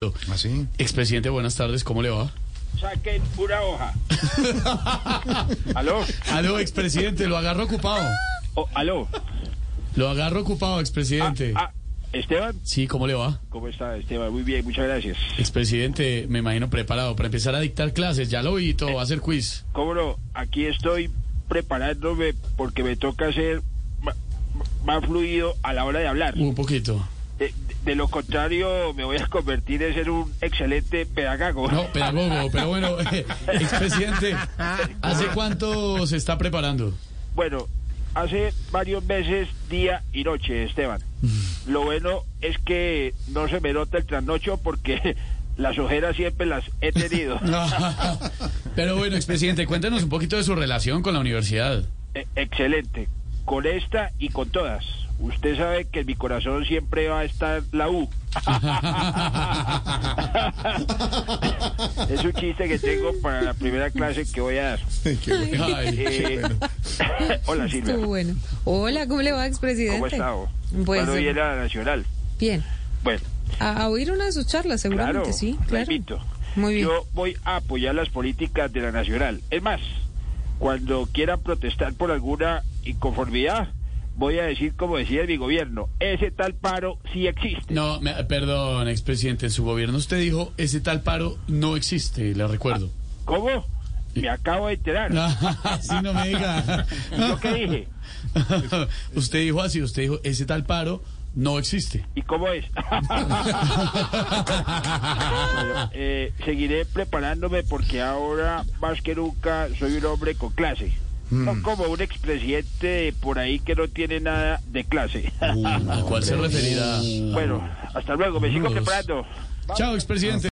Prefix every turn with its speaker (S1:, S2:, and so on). S1: Ah,
S2: ¿Así?
S3: Expresidente, buenas tardes, ¿cómo le va?
S1: Saquen pura hoja. ¿Aló?
S3: Aló, expresidente, lo agarro ocupado.
S1: Oh, ¿Aló?
S3: Lo agarro ocupado, expresidente.
S1: Ah, Esteban,
S3: Sí, ¿cómo le va?
S1: ¿cómo está Esteban? Muy bien, muchas gracias.
S3: Expresidente, me imagino preparado para empezar a dictar clases, ya lo vi, todo va a ser quiz.
S1: ¿Cómo no? Aquí estoy preparándome porque me toca ser ma- ma- más fluido a la hora de hablar.
S3: Un poquito.
S1: De, de lo contrario, me voy a convertir en ser un excelente pedagogo.
S3: No, pedagogo, pero bueno, expresidente, ¿hace cuánto se está preparando?
S1: Bueno, hace varios meses, día y noche, Esteban. Lo bueno es que no se me nota el trasnocho porque las ojeras siempre las he tenido.
S3: Pero bueno, expresidente, cuéntanos un poquito de su relación con la universidad.
S1: Eh, excelente. Con esta y con todas. Usted sabe que en mi corazón siempre va a estar la U. es un chiste que tengo para la primera clase que voy a dar.
S2: Qué bueno.
S3: Ay,
S1: Eh, Hola Silvia.
S4: Estuvo bueno. Hola, ¿cómo le va, expresidente?
S1: ¿Cómo está? vos?
S4: Pues,
S1: ¿Cuándo viene a la Nacional?
S4: bien.
S1: Bueno,
S4: A, a oír una de sus charlas, seguramente,
S1: claro,
S4: sí.
S1: la
S4: Claro.
S1: invito.
S4: Muy bien.
S1: Yo voy a apoyar las políticas de la Nacional. Es más, cuando quieran protestar por alguna inconformidad, voy a decir, como decía mi gobierno, ese tal paro sí existe.
S3: no, me- perdón, expresidente, en su gobierno usted dijo, ese tal paro no existe, le recuerdo.
S1: ¿Cómo? Me acabo de enterar.
S3: Así no me diga.
S1: ¿Yo qué dije?
S3: usted dijo así, usted dijo, ese tal paro no existe.
S1: ¿Y cómo es? Bueno, eh, seguiré preparándome porque ahora, más que nunca, soy un hombre con clase.
S3: Mm.
S1: No como un expresidente por ahí que no tiene nada de clase.
S3: ¿A cuál se referirá?
S1: bueno, hasta luego, me sigo
S3: Dios.
S1: preparando.
S3: Chao, expresidente.